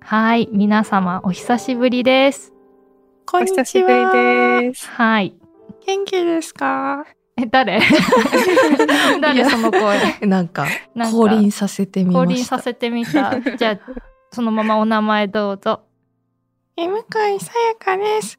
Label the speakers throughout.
Speaker 1: はい、皆様お久しぶりです。
Speaker 2: こ
Speaker 3: お
Speaker 2: んに
Speaker 3: 久
Speaker 2: ち
Speaker 3: しぶ
Speaker 2: は。
Speaker 3: りです。
Speaker 1: はい。
Speaker 2: 元気ですか
Speaker 1: え、誰
Speaker 2: い
Speaker 1: 誰
Speaker 2: や
Speaker 1: その声。
Speaker 2: なんか、
Speaker 1: なんか
Speaker 2: 降臨させてみ
Speaker 1: 降
Speaker 2: ま
Speaker 1: 臨
Speaker 2: し
Speaker 1: さ
Speaker 2: た。
Speaker 1: せてみた。じゃあ、そのままお名前どうぞ。
Speaker 2: え、向井さやかです。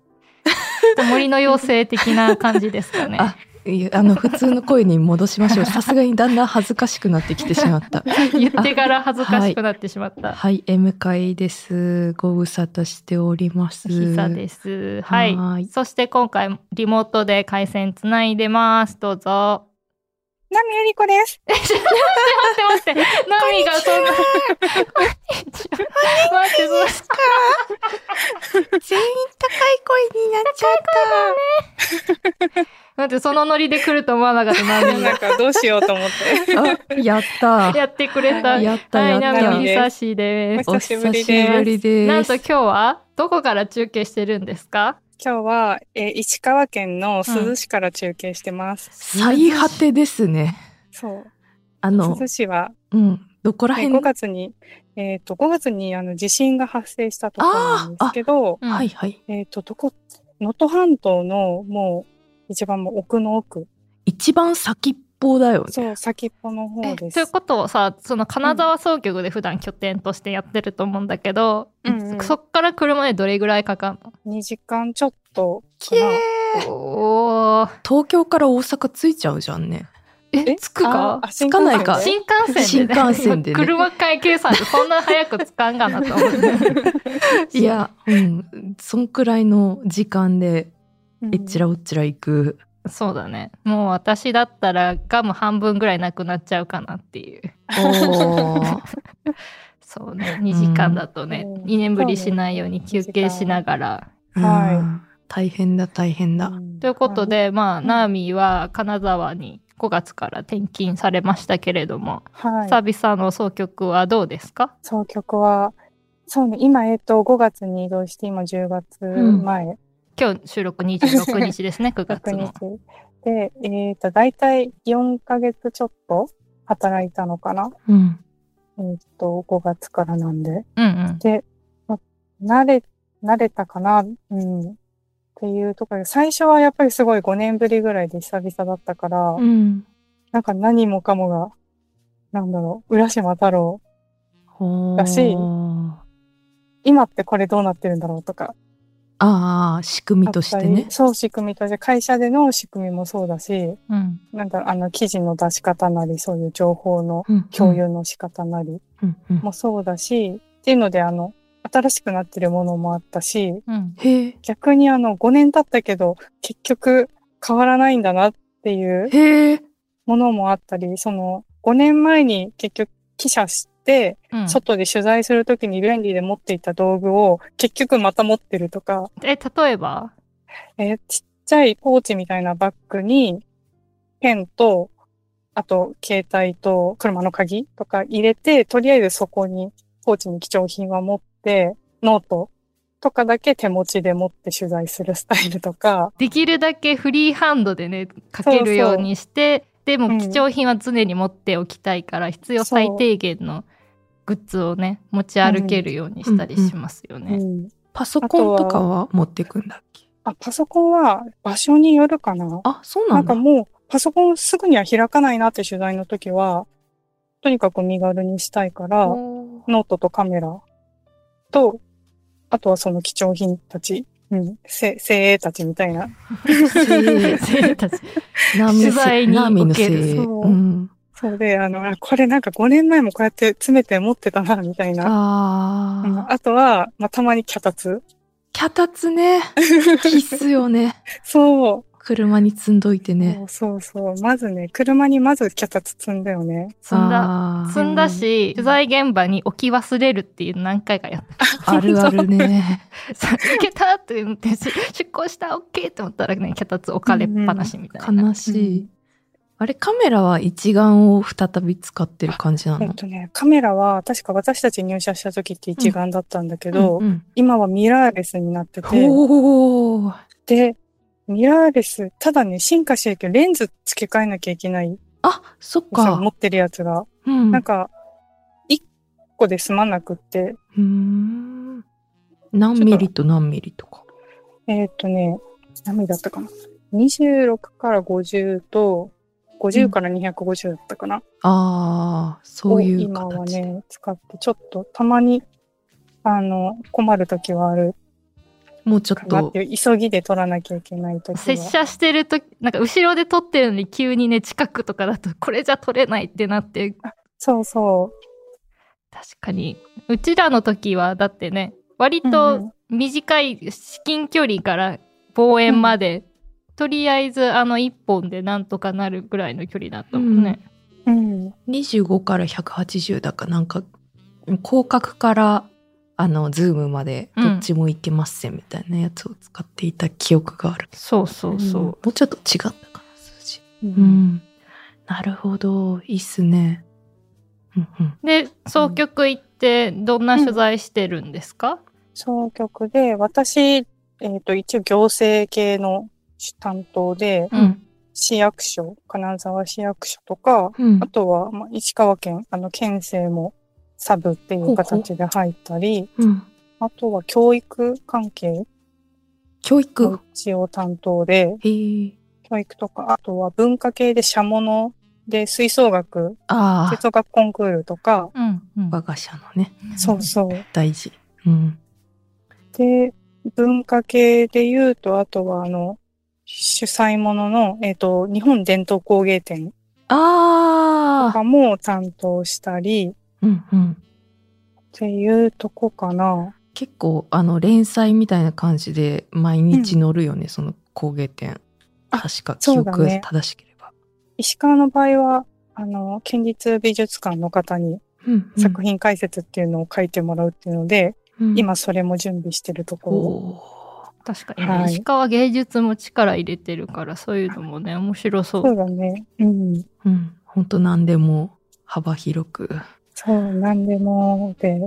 Speaker 1: 森の妖精的な感じですかね。
Speaker 2: あいやあの、普通の声に戻し ましょう。さすがにだんだん恥ずかしくなってきてしま った。
Speaker 1: 言ってから恥ずかしくなってしまった。
Speaker 2: はい、え、向井です。ご無沙汰しております。
Speaker 1: おひさです。はい。
Speaker 2: はーい
Speaker 1: そして今回リモートで回線つないでます。どうぞ。
Speaker 3: ナミユリコです。
Speaker 1: 待って待って。ナミがそんな。こんにちは待って、そう
Speaker 2: 全員高い声になっちゃっ
Speaker 1: 待って、そのノリで来ると思わなかった、ナミ
Speaker 3: なんかどうしようと思 って。
Speaker 2: た。あ、やった。
Speaker 1: やってくれた。はい、
Speaker 2: やった、やった。
Speaker 1: ナ
Speaker 3: ナ
Speaker 1: ミ
Speaker 3: ミ
Speaker 1: ひ
Speaker 3: で
Speaker 1: さしで
Speaker 3: す
Speaker 2: お
Speaker 3: お
Speaker 2: 久
Speaker 3: 久
Speaker 2: し
Speaker 3: し
Speaker 2: ぶ
Speaker 3: ぶ
Speaker 2: り
Speaker 3: りで
Speaker 1: す。
Speaker 3: す
Speaker 2: です。
Speaker 1: なんと今日はどこから中継してるんですか
Speaker 3: 今日は、えー石川県の珠洲市から中継してます。
Speaker 2: 最果てですね。
Speaker 3: そう。
Speaker 2: あの
Speaker 3: 珠、洲市は、
Speaker 2: うん、どこら
Speaker 3: ね、
Speaker 2: 辺
Speaker 3: 5月に、えっ、と、5月にあの地震が発生したところなんですけど、
Speaker 1: うん
Speaker 2: はいはい。
Speaker 3: えっ、と、どこ、能登半島のもう一番もう奥の奥、
Speaker 2: 一番先っぽだよね。
Speaker 3: そう、先っぽの方
Speaker 1: え
Speaker 3: で
Speaker 1: という
Speaker 3: す。
Speaker 1: ことをさその金沢総局で普段拠点としてやってると思うんだけど、
Speaker 3: うんうん
Speaker 1: そっから車でどれぐらいかかる
Speaker 3: 2時間ちょっと
Speaker 2: き
Speaker 3: かな。
Speaker 1: のおー
Speaker 2: 東京から大阪着いちゃうじゃんね。
Speaker 1: え
Speaker 3: え
Speaker 1: つくか
Speaker 3: ああ新
Speaker 2: 着かない
Speaker 3: 幹線
Speaker 2: か
Speaker 1: 新幹線で、ね、
Speaker 2: 新幹線でね
Speaker 1: 車会計算でそんな早くつかんがなと思う
Speaker 2: いや、うん、そんくらいの時間でえっちらおっちら行く。
Speaker 1: そうだねもう私だったらガム半分ぐらいなくなっちゃうかなっていう
Speaker 2: おー
Speaker 1: そうね2時間だとね、
Speaker 3: うん
Speaker 1: 2年ぶりしないように休憩しながら。
Speaker 2: うん
Speaker 3: は
Speaker 2: 大変だ大変だ。
Speaker 3: ん
Speaker 1: ということ、でまあナーミーは金沢に5月から転勤されましたけれども、
Speaker 3: はい。
Speaker 1: 久々の総局はどうですか、
Speaker 3: そう、曲は、そうね、今、えっと、5月に移動して、今10月
Speaker 2: ん
Speaker 3: 前、
Speaker 1: 今日収録26日です ね9月
Speaker 3: 100
Speaker 1: の
Speaker 3: 日。で、えっと、だいたい4ヶ月ちょっと働いたのかな
Speaker 2: うん。
Speaker 3: えっと、5月からなんで。
Speaker 1: うんうん
Speaker 3: で、ま慣れ、慣れたかなうん。っていうところで、最初はやっぱりすごい5年ぶりぐらいで久々だったから、
Speaker 2: うん。
Speaker 3: なんか何もかもが、なんだろう、浦島太郎、
Speaker 2: ほー
Speaker 3: らしい今ってこれどうなってるんだろうとか、
Speaker 2: ああ、仕組みとして
Speaker 3: あった
Speaker 2: ね
Speaker 3: り。そう、仕組みとして、会社での仕組みもそうだし、
Speaker 1: うん
Speaker 3: なんだろうあの、記事の出し方なり、そういう情報の
Speaker 2: うん
Speaker 3: 共。有の仕方なり
Speaker 2: うんうん
Speaker 3: もそうだし、っていうので、あの、新しくなってるものもあったし、
Speaker 1: うん
Speaker 2: へえ。
Speaker 3: 逆にあの、5年経ったけど、結局変わらないんだなっていう
Speaker 2: へえ。
Speaker 3: ものもあったり、その、5年前に結局記者して、
Speaker 1: うん
Speaker 3: 外で取材するときに便利で持っていた道具を結局また持ってるとか、
Speaker 1: え例えば
Speaker 3: えーちっちゃいポーチみたいなバッグに、ペンと、あと、携帯と、車の鍵とか入れて、とりあえずそこに、ポーチに貴重品は持って、ノートとかだけ手持ちで持って取材するスタイルとか、
Speaker 1: できるだけフリーハンドでね書けるようにしてで
Speaker 3: う
Speaker 1: も
Speaker 3: ん
Speaker 1: 貴重品は常に持っておきたいから、必要最低限のグッズをね持ち歩けるようにしたりしますよね。
Speaker 3: うん
Speaker 2: パソコンとかは持ってくんだっけ
Speaker 3: あ、パソコンは場所によるかな
Speaker 2: あ、そうな
Speaker 3: なん
Speaker 2: んだ
Speaker 3: か。もう、パソコンすぐには開かないなって取材の時は、とにかく身軽にしたいから、
Speaker 1: おー
Speaker 3: ノートとカメラと、あとはその貴重品たち、うん、せ精鋭たちみたいな、
Speaker 2: せい
Speaker 1: 生たち
Speaker 2: ナーミ
Speaker 1: 取材に
Speaker 2: の
Speaker 1: おけ
Speaker 2: せ
Speaker 1: る
Speaker 2: い。
Speaker 3: そう
Speaker 2: うん、
Speaker 3: そうで、あの、あこれなんか5年前もこうやって詰めて持ってたな、みたいな。
Speaker 2: あ
Speaker 3: うん
Speaker 2: あ、
Speaker 3: あとは、まあ、たまに 脚立。
Speaker 2: 脚立ね。必須よね。
Speaker 3: そう
Speaker 2: 車に積んどいてね
Speaker 3: そ。うそうそう。まずね、車にまず脚立積んだよね。
Speaker 1: 積んだ
Speaker 2: あー
Speaker 1: 積んだし取材現場に置き忘れるっていう何回かやっ
Speaker 2: あるあるね。
Speaker 1: たさ「いけた!」って言ってし出航した OK って思ったらね脚立置かれっぱなしみたいな。
Speaker 2: 悲しい。あれ、カメラは一眼を再び使ってる感じな
Speaker 3: え
Speaker 2: の
Speaker 3: っとね、カメラは、確か私たち入社した時って一眼だったんだけど、
Speaker 2: うんうん
Speaker 3: 今はミラーレスになってて、
Speaker 2: ほー
Speaker 3: で、ミラーレス、ただね、進化してるけど、レンズ付け替えなきゃいけない
Speaker 2: あ、そっ
Speaker 3: さ持
Speaker 2: か。
Speaker 3: ってるやつが。
Speaker 2: うん
Speaker 3: なんか、一個で済まなくって、
Speaker 2: うーん何ミリと何ミリとか。
Speaker 3: えーっとね、何ミリだったかな。26から50と、50から250だったかな。
Speaker 2: ああ、そういう
Speaker 3: を今は
Speaker 2: 形で。
Speaker 3: ね、使って、ちょっとたまに、あの、困るときはある
Speaker 2: もうちょ
Speaker 3: か
Speaker 2: っ
Speaker 3: なっ
Speaker 2: と
Speaker 3: ていう、急ぎで取らなきゃいけないとき
Speaker 1: 接写
Speaker 3: は。
Speaker 1: してるとなんか後ろで撮ってるのに急にね近くとかだとこれじゃ撮れないってなって
Speaker 3: そうそ
Speaker 1: 確かにうちらの時はだってね割
Speaker 3: うんう
Speaker 1: と短い至近距離から望遠まで、とりあえずあの1本でなんとかなるぐらいの距離だったもんね。
Speaker 3: う。うん。
Speaker 2: 25から180だかなんか広角からあのズームまでどっちもいけますせみたいなやつを使っていた記憶がある、
Speaker 1: そうそうそう。
Speaker 2: もうちょっと違ったかな数字
Speaker 3: う
Speaker 2: うんんなるほどいいっすねうんうん
Speaker 1: で総局行ってどんな取材してるんですか、
Speaker 3: 小局で、私、えっ、と、一応行政系の担当で、
Speaker 1: うん
Speaker 3: 市役所、金沢市役所とか、
Speaker 2: うん
Speaker 3: あとは、まあ、石川県、あの、県政もサブっていう形で入ったり、
Speaker 2: うん
Speaker 3: あとは教育関係
Speaker 2: 教
Speaker 3: を
Speaker 2: 育
Speaker 3: 一応担当で、
Speaker 2: へえ
Speaker 3: 教育とか、あとは文化系で社物で吹奏楽、
Speaker 2: あ
Speaker 3: 吹
Speaker 2: あ
Speaker 3: 奏楽コンクールとか、
Speaker 1: うんうん
Speaker 2: 我が社のね
Speaker 3: そうそう。
Speaker 2: 大事うん
Speaker 3: で、文化系で言うと、あとはあの、主催ものの、えっ、と、日本伝統工芸展と
Speaker 2: ああ
Speaker 3: かも担当したり、
Speaker 2: うんうん
Speaker 3: っていうとこかな。
Speaker 2: 結構あの連載みたいな感じで毎日載るよね、その工芸展
Speaker 3: あ
Speaker 2: 確か記
Speaker 3: そうだ
Speaker 2: 憶
Speaker 3: ね
Speaker 2: 正しければ
Speaker 3: 石川の場合は、あの、県立美術館の方に
Speaker 2: うんうん
Speaker 3: 作品解説っていうのを書いてもらうっていうので、
Speaker 2: うん
Speaker 3: 今それも準備してるところ。
Speaker 2: おー
Speaker 1: 確かにね、
Speaker 3: はい
Speaker 1: 石川芸術も力入れてるからそういうのもね面白そう。
Speaker 3: そうだね。うん。
Speaker 2: うん本当何でも幅広く
Speaker 3: そう、なんでもで。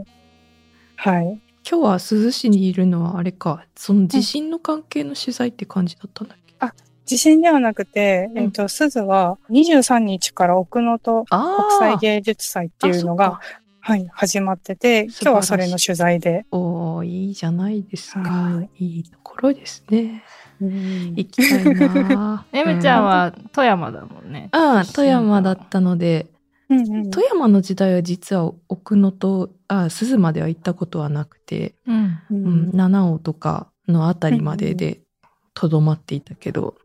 Speaker 3: はい。
Speaker 2: 今日は珠洲市にいるのはあれかその地震の関係の取材って感じだったんだっけ、
Speaker 3: 地震ではなくて、
Speaker 2: ん
Speaker 3: えっ、と、鈴は23日から奥能登
Speaker 2: あ
Speaker 3: 国
Speaker 2: あ
Speaker 3: 際芸術祭っていうのが、はい、始まってて、今
Speaker 2: 素晴らしい
Speaker 3: 日はそれの取材で。
Speaker 2: おーいいじゃないですか
Speaker 3: はい
Speaker 2: いところですね
Speaker 3: うん
Speaker 2: 行きたいな
Speaker 1: エムちゃんは富山だもんね。
Speaker 2: うんうん富山だったので
Speaker 3: うんうん
Speaker 2: 富山の時代は実は奥能登あ鈴までは行ったことはなくて、
Speaker 1: うん、
Speaker 3: う
Speaker 2: うん
Speaker 3: ん
Speaker 2: 七尾とかのあたりまででとどまっていたけど、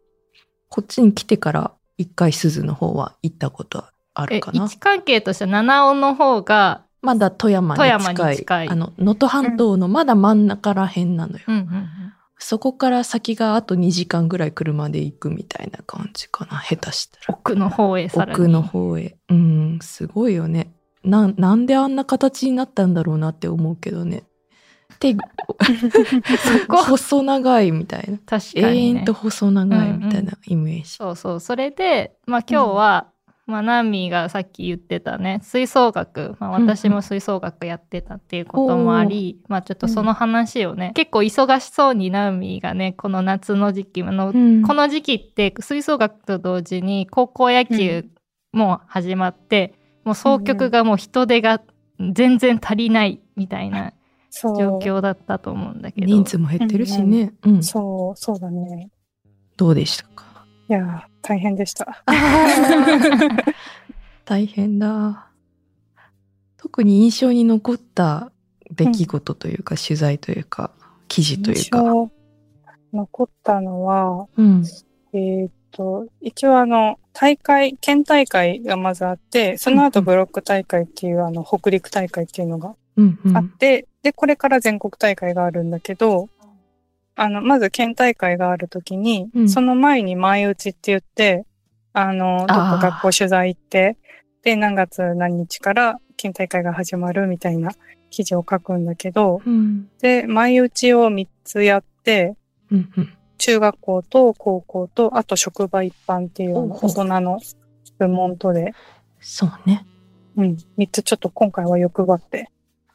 Speaker 2: こっちに来てから一回鈴の方は行ったことはあ
Speaker 1: え
Speaker 2: る
Speaker 1: 位
Speaker 2: かな
Speaker 1: 置関係としては七尾の方が、
Speaker 2: まだ富山に近い
Speaker 1: 富山に近い
Speaker 2: あの能登半島のまだ真ん中らへんなのよ、
Speaker 1: うんうん
Speaker 2: そこから先があと2時間ぐらい車で行くみたいな感じかな下手したら
Speaker 1: 奥の方へさらに
Speaker 2: 奥の方へうんすごいよねななんであんな形になったんだろうなって思うけどね手
Speaker 1: こ
Speaker 2: 細長いみたいな
Speaker 1: 確か
Speaker 2: 永
Speaker 1: に、ね
Speaker 2: 遠と、細長いみたいなイメージ、
Speaker 1: そうそうそれで、まあ、今日は、まあ、ナンミーがさっき言ってたね吹奏楽、まあ、
Speaker 2: うんうん
Speaker 1: 私も吹奏楽やってたっていうこともあり、まあ、ちょっとその話をね、結構忙しそうにナンミーがねこの夏の時期あの、
Speaker 2: うん
Speaker 1: この時期って吹奏楽と同時に高校野球も始まって、もう総局がもう人手が全然足りないみたいな
Speaker 3: そう
Speaker 1: 状況だったと思うんだけど
Speaker 2: 人数も減ってるしね、うん
Speaker 3: そう、そうだね。
Speaker 2: どうでしたか
Speaker 3: いやー、大変でした。
Speaker 2: 大変だ特に印象に残った出来事というか、取材というか記事というか、
Speaker 3: 印象残ったのは、
Speaker 2: うん、
Speaker 3: えーっと、一応あの、大会、県大会がまずあって、その後
Speaker 2: うんうん
Speaker 3: ブロック大会っていう、あの、北陸大会っていうのが
Speaker 2: うんうん
Speaker 3: あって、で、これから全国大会があるんだけど、あの、まず県大会があるときに、
Speaker 2: うん
Speaker 3: その前に前打ちって言って、あの、どっ
Speaker 2: あ
Speaker 3: か
Speaker 2: ー
Speaker 3: 学校取材行って、で、何月何日から県大会が始まるみたいな記事を書くんだけど、
Speaker 2: うん
Speaker 3: で、前打ちを3つやって、
Speaker 2: うんうん
Speaker 3: 中学校と高校と、あと職場一般っていうあの
Speaker 2: ほう
Speaker 3: 大
Speaker 2: ほ
Speaker 3: 人の部門とで、
Speaker 2: そうね
Speaker 3: うん、3つちょっと今回は欲張って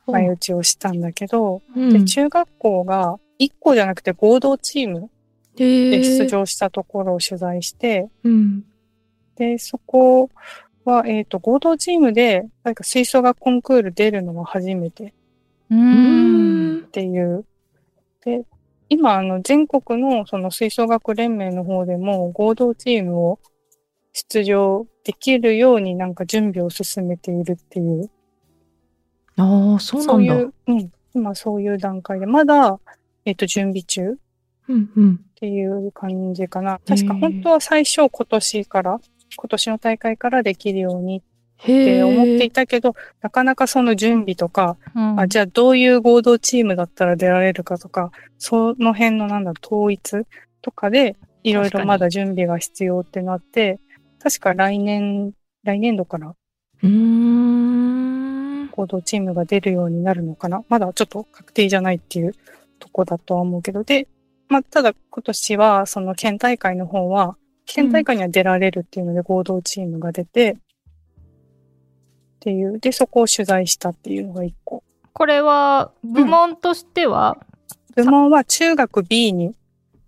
Speaker 3: 前打ちをしたんだけど、
Speaker 2: うん
Speaker 3: で、中学校が1校じゃなくて合同チーム
Speaker 2: へ
Speaker 3: で
Speaker 2: ー
Speaker 3: 出場したところを取材して、
Speaker 2: うん
Speaker 3: で、そこは、えっ、と、合同チームで、なんか吹奏楽コンクール出るのは初めてっ
Speaker 1: うーん
Speaker 3: ていうで、今、あの、全国のその吹奏楽連盟の方でも合同チームを出場できるようになんか準備を進めているっていう、
Speaker 2: ああ、そうな
Speaker 3: そうんい
Speaker 2: だ。
Speaker 3: う、うん、今そういう段階で、まだ、えっと、準備中っ
Speaker 2: うんうん。
Speaker 3: ていう感じかな。
Speaker 2: へー
Speaker 3: 確か本当は最初今年から、今年の大会からできるようにっ
Speaker 2: へ
Speaker 3: て
Speaker 2: え。
Speaker 3: 思っていたけど、なかなかその準備とか、
Speaker 1: うん
Speaker 3: あじゃあどういう合同チームだったら出られるかとか、その辺のなんだろう統一とかで、いろい
Speaker 1: 確か
Speaker 3: ろ
Speaker 1: に
Speaker 3: まだ準備が必要ってなって、確か来年、来年度から
Speaker 2: うーん。
Speaker 3: 合同チームが出るようになるのかなまだちょっと確定じゃないっていうとこだとは思うけど、で、まあ、ただ今年は、その県大会の方は、県大会には出られるっていうので合同チームが出て、っていう、で、そこを取材したっていうのが一個。
Speaker 1: これは部門としては
Speaker 3: 部門は中学 B に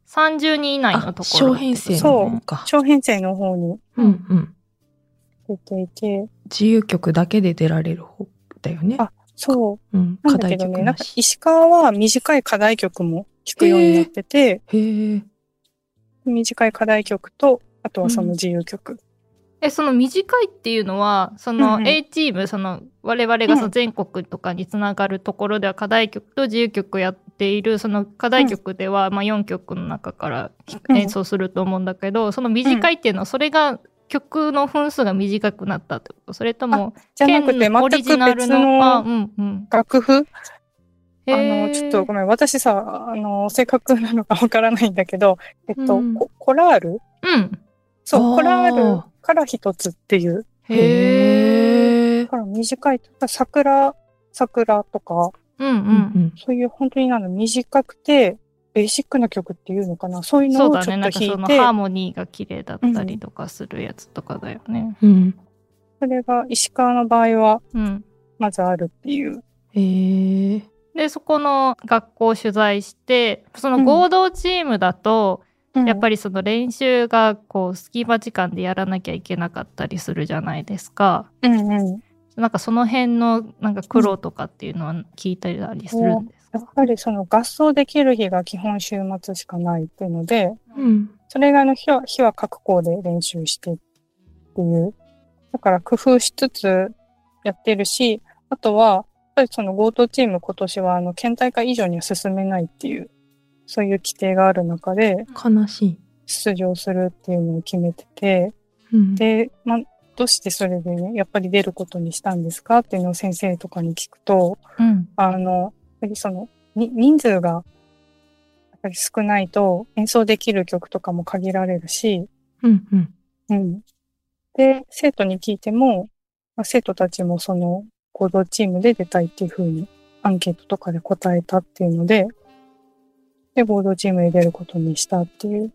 Speaker 1: 30人以内の
Speaker 2: あ、
Speaker 1: ところってこと
Speaker 2: 小編成
Speaker 3: そう
Speaker 2: なのか。
Speaker 3: 小編成の方に
Speaker 2: うんうん。
Speaker 3: 出ていて、
Speaker 2: 自由曲だけで出られる方だよね。
Speaker 3: あそう。
Speaker 2: うん。
Speaker 3: な
Speaker 2: 課
Speaker 3: んだけ
Speaker 2: 題
Speaker 3: ど
Speaker 2: 曲
Speaker 3: ね、なん
Speaker 2: な
Speaker 3: か
Speaker 2: し。
Speaker 3: 石川は短い課題曲も聴くようになってて、
Speaker 2: へえ。
Speaker 3: 短い課題曲と、あとはそ
Speaker 2: うん
Speaker 3: の自由曲。
Speaker 1: えその短いっていうのはそ
Speaker 3: うんう
Speaker 1: の
Speaker 3: ん
Speaker 1: A チーム、その我々がそうの
Speaker 3: ん
Speaker 1: 全国とかにつながるところでは課題曲と自由曲やっているその課題曲では、まあ、4曲の中から
Speaker 3: うん
Speaker 1: 演奏すると思うんだけど、その短いっていうのはそれが曲の分数が短くなったってことそれとも
Speaker 3: じゃなくて、
Speaker 1: オリ
Speaker 3: 全
Speaker 1: ジ
Speaker 3: く
Speaker 1: ナル
Speaker 3: 別
Speaker 1: のあ
Speaker 3: の
Speaker 1: うんうん
Speaker 3: 楽譜あ
Speaker 1: へ
Speaker 3: の、
Speaker 1: ー
Speaker 3: ちょっとごめん、私さ、あの、正確なのかわからないんだけど、えっと、
Speaker 2: うん
Speaker 3: ココラール
Speaker 1: うん
Speaker 3: そ
Speaker 2: あー
Speaker 3: う、コラールから一つっていう。
Speaker 1: へえ
Speaker 2: へえ
Speaker 3: だ。から短い、桜、桜とか、
Speaker 1: うんう
Speaker 2: うんん
Speaker 3: そういう本当にあの短くて、ベーシックな曲っていうのかなそういうの
Speaker 1: そう
Speaker 3: をちょ
Speaker 1: だ
Speaker 3: っと
Speaker 1: ねなん
Speaker 3: 弾
Speaker 1: か
Speaker 3: いて、
Speaker 1: そ
Speaker 3: そ
Speaker 1: のハーモニーが綺麗だったりとかするやつとかだよね。
Speaker 2: うん。うん。
Speaker 3: れが石川の場合は
Speaker 1: うん
Speaker 3: まずあるっていう。
Speaker 2: へえ。
Speaker 1: でそこの学校を取材してその合同チームだと、やっぱ
Speaker 3: り、
Speaker 1: りその練習がこう隙間時間でやらなきゃいけなかったりするじゃないですか
Speaker 3: うんうん。
Speaker 1: なんかその辺のなんか苦労とかっていうのは聞いたりするんです
Speaker 3: やっ
Speaker 1: か、
Speaker 3: ぱりその合奏できる日が基本週末しかないっていうので、
Speaker 2: うん。
Speaker 3: それ以外の日は、日は各校で練習してっていう。だから工夫しつつやってるし、あとは、やっぱりその強盗チーム今年はあの県大会以上には進めないっていう、そういう規定がある中で
Speaker 2: 悲しい。
Speaker 3: 出場するっていうのを決めてて、
Speaker 2: うん。
Speaker 3: で、まあ、どうしてそれでね、やっぱり出ることにしたんですかっていうのを先生とかに聞くと、
Speaker 1: うん
Speaker 3: あの、やっぱりその、に人数がやっぱり少ないと演奏できる曲とかも限られるし、
Speaker 2: うんうん。
Speaker 3: うん。で、生徒に聞いても、まあ生徒たちもその合同チームで出たいっていうふうにアンケートとかで答えたっていうので、で、合同チームで出ることにしたっていう。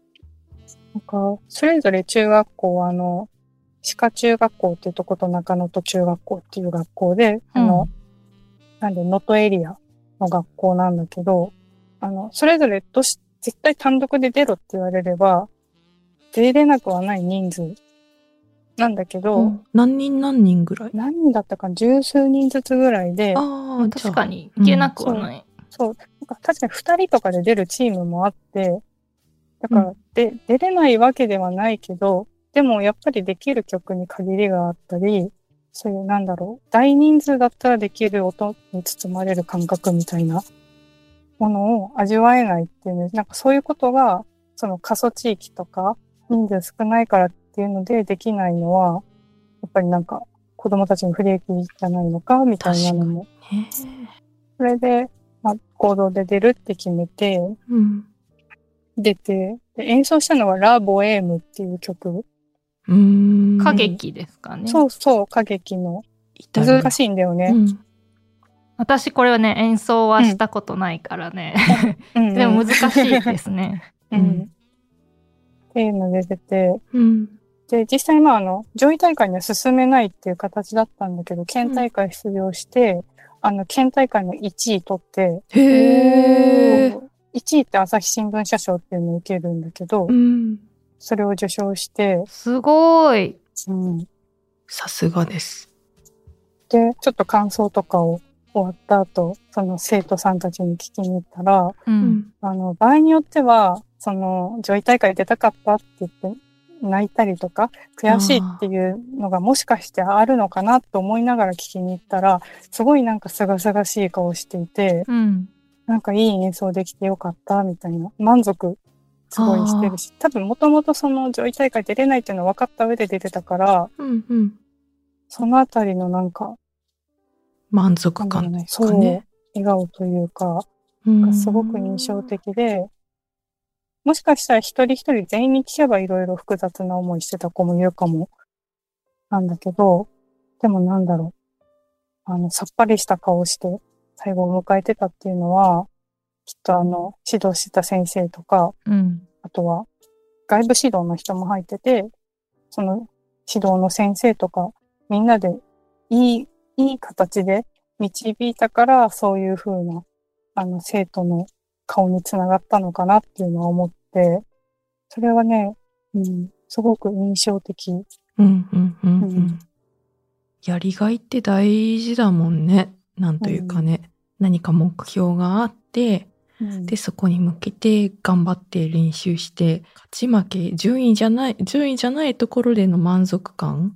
Speaker 3: なんか、それぞれ中学校はあの、鹿中学校っていうとこと中野と中学校っていう学校で、あの、なんで、能登エリアの学校なんだけど、あの、それぞれどし、絶対単独で出ろって言われれば、出れなくはない人数なんだけど、
Speaker 2: うん何人何人ぐらい
Speaker 3: 何人だったか十数人ずつぐらいで、
Speaker 2: ああ、
Speaker 1: 確か
Speaker 2: に。
Speaker 1: にいけなくはない、
Speaker 3: そう、なんか確かに二人とかで出るチームもあって、だから、
Speaker 2: う
Speaker 3: で、出れないわけではないけど、でもやっぱりできる曲に限りがあったり、そういうなんだろう、大人数だったらできる音に包まれる感覚みたいなものを味わえないっていうね、なんかそういうことが、その過疎地域とか人数少ないからっていうのでできないのは、やっぱりなんか子供たちの不利益じゃないのかみたいなのも
Speaker 2: ね
Speaker 3: それで、まあ、行動で出るって決めて、
Speaker 2: うん。
Speaker 3: 出て、で演奏したのはラ・ボエームっていう曲。
Speaker 2: うーん。
Speaker 1: 歌劇ですかね、
Speaker 3: そうそう、歌劇の。
Speaker 2: 痛な
Speaker 3: 難しいんだよね。
Speaker 2: うん
Speaker 1: 私これはね演奏はしたことないからね、
Speaker 3: うん うん
Speaker 1: でも難しいですね
Speaker 3: うん。っていうので出て、
Speaker 2: うん。
Speaker 3: で、実際まああの、上位大会には進めないっていう形だったんだけど、県大会出場して、あの、県大会の1位取って、
Speaker 2: へえ。
Speaker 3: 1位って朝日新聞社賞っていうのを受けるんだけど、
Speaker 2: うん。
Speaker 3: それを受賞して、
Speaker 1: すごい
Speaker 3: うん
Speaker 2: さすがです。
Speaker 3: で、ちょっと感想とかを教終わった後、その生徒さんたちに聞きに行ったら、
Speaker 1: う。
Speaker 2: うんん
Speaker 3: あの、場合によっては、その、上位大会出たかったって言って、泣いたりとか、悔しいっていうのがもしかしてあるのかなと思いながら聞きに行ったら、すごいなんか清々しい顔していて、
Speaker 1: うん。
Speaker 3: なんかいい演奏できてよかったみたいな、満足すごいしてるし、多分もともとその上位大会出れないっていうの分かった上で出てたから、
Speaker 2: うんうん
Speaker 3: そのあたりのなんか、
Speaker 2: 満足
Speaker 3: なんだろう
Speaker 2: 感
Speaker 3: ね
Speaker 2: です
Speaker 3: そう、
Speaker 2: かね。
Speaker 3: 笑顔というか、
Speaker 2: うん
Speaker 3: すごく印象的で、もしかしたら一人一人全員に聞けばいろいろ複雑な思いしてた子もいるかも、なんだけど、でもなんだろう、あの、さっぱりした顔して最後を迎えてたっていうのは、きっとあの、指導してた先生とか、
Speaker 1: うん。
Speaker 3: あとは外部指導の人も入ってて、その指導の先生とか、みんなでいい、いい形で導いたから、そういう風な、あの、生徒の顔につながったのかなっていうのは思って、それはね、うん、すごく印象的。
Speaker 2: うんうんうんうん
Speaker 3: うん
Speaker 2: やりがいって大事だもんね。なんというかね、何か目標があって、
Speaker 3: うん
Speaker 2: で、そこに向けて頑張って練習して、勝ち負け、順位じゃない、順位じゃないところでの満足感